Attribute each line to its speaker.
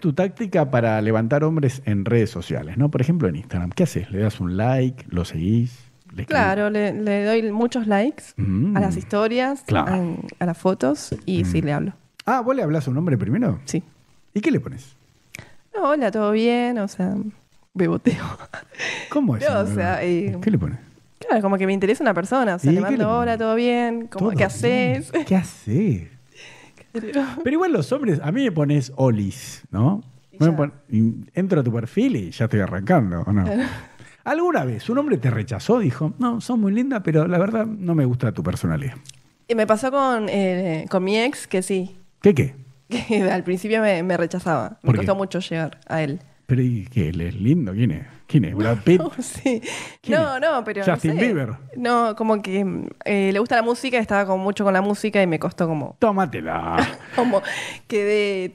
Speaker 1: tu táctica para levantar hombres en redes sociales, ¿no? Por ejemplo, en Instagram. ¿Qué haces? ¿Le das un like? ¿Lo seguís? ¿Le escribís?
Speaker 2: Claro, le, le doy muchos likes
Speaker 1: Mm.
Speaker 2: a las historias,
Speaker 1: Claro.
Speaker 2: a, a las fotos y sí le hablo.
Speaker 1: Ah, ¿vos le hablas a un hombre primero?
Speaker 2: Sí.
Speaker 1: ¿Y qué le pones?
Speaker 2: No, hola, todo bien, o sea, beboteo.
Speaker 1: ¿Cómo es?
Speaker 2: No,
Speaker 1: el-
Speaker 2: o sea, eh,
Speaker 1: ¿Qué le pones?
Speaker 2: claro, como que me interesa una persona, o sea,
Speaker 1: ¿Y
Speaker 2: le
Speaker 1: qué le-
Speaker 2: mando hola, todo bien, como,
Speaker 1: Todo
Speaker 2: ¿qué
Speaker 1: bien.
Speaker 2: haces?
Speaker 1: ¿Qué haces? Pero igual los hombres, a mí me pones olis, ¿no?
Speaker 2: Y
Speaker 1: No me
Speaker 2: ya.
Speaker 1: pon- y entro a tu perfil y ya estoy arrancando, ¿o no? ¿Alguna vez un hombre te rechazó? Dijo, no, sos muy linda, pero la verdad no me gusta tu personalidad.
Speaker 2: Y me pasó con, eh, con mi ex que sí,
Speaker 1: ¿Qué qué?
Speaker 2: que al principio me, me rechazaba, me
Speaker 1: ¿Por qué?
Speaker 2: costó mucho llegar a él.
Speaker 1: Pero ¿y qué? ¿Él es lindo? ¿Quién es? ¿Quién es? ¿Brad Pitt?
Speaker 2: Sí.
Speaker 1: ¿Quién
Speaker 2: No,
Speaker 1: es?
Speaker 2: no, pero.
Speaker 1: Justin
Speaker 2: no sé.
Speaker 1: Bieber.
Speaker 2: No, como que mm, eh, le gusta la música, estaba como mucho con la música y me costó como,
Speaker 1: Tómatela.
Speaker 2: como quedé todo.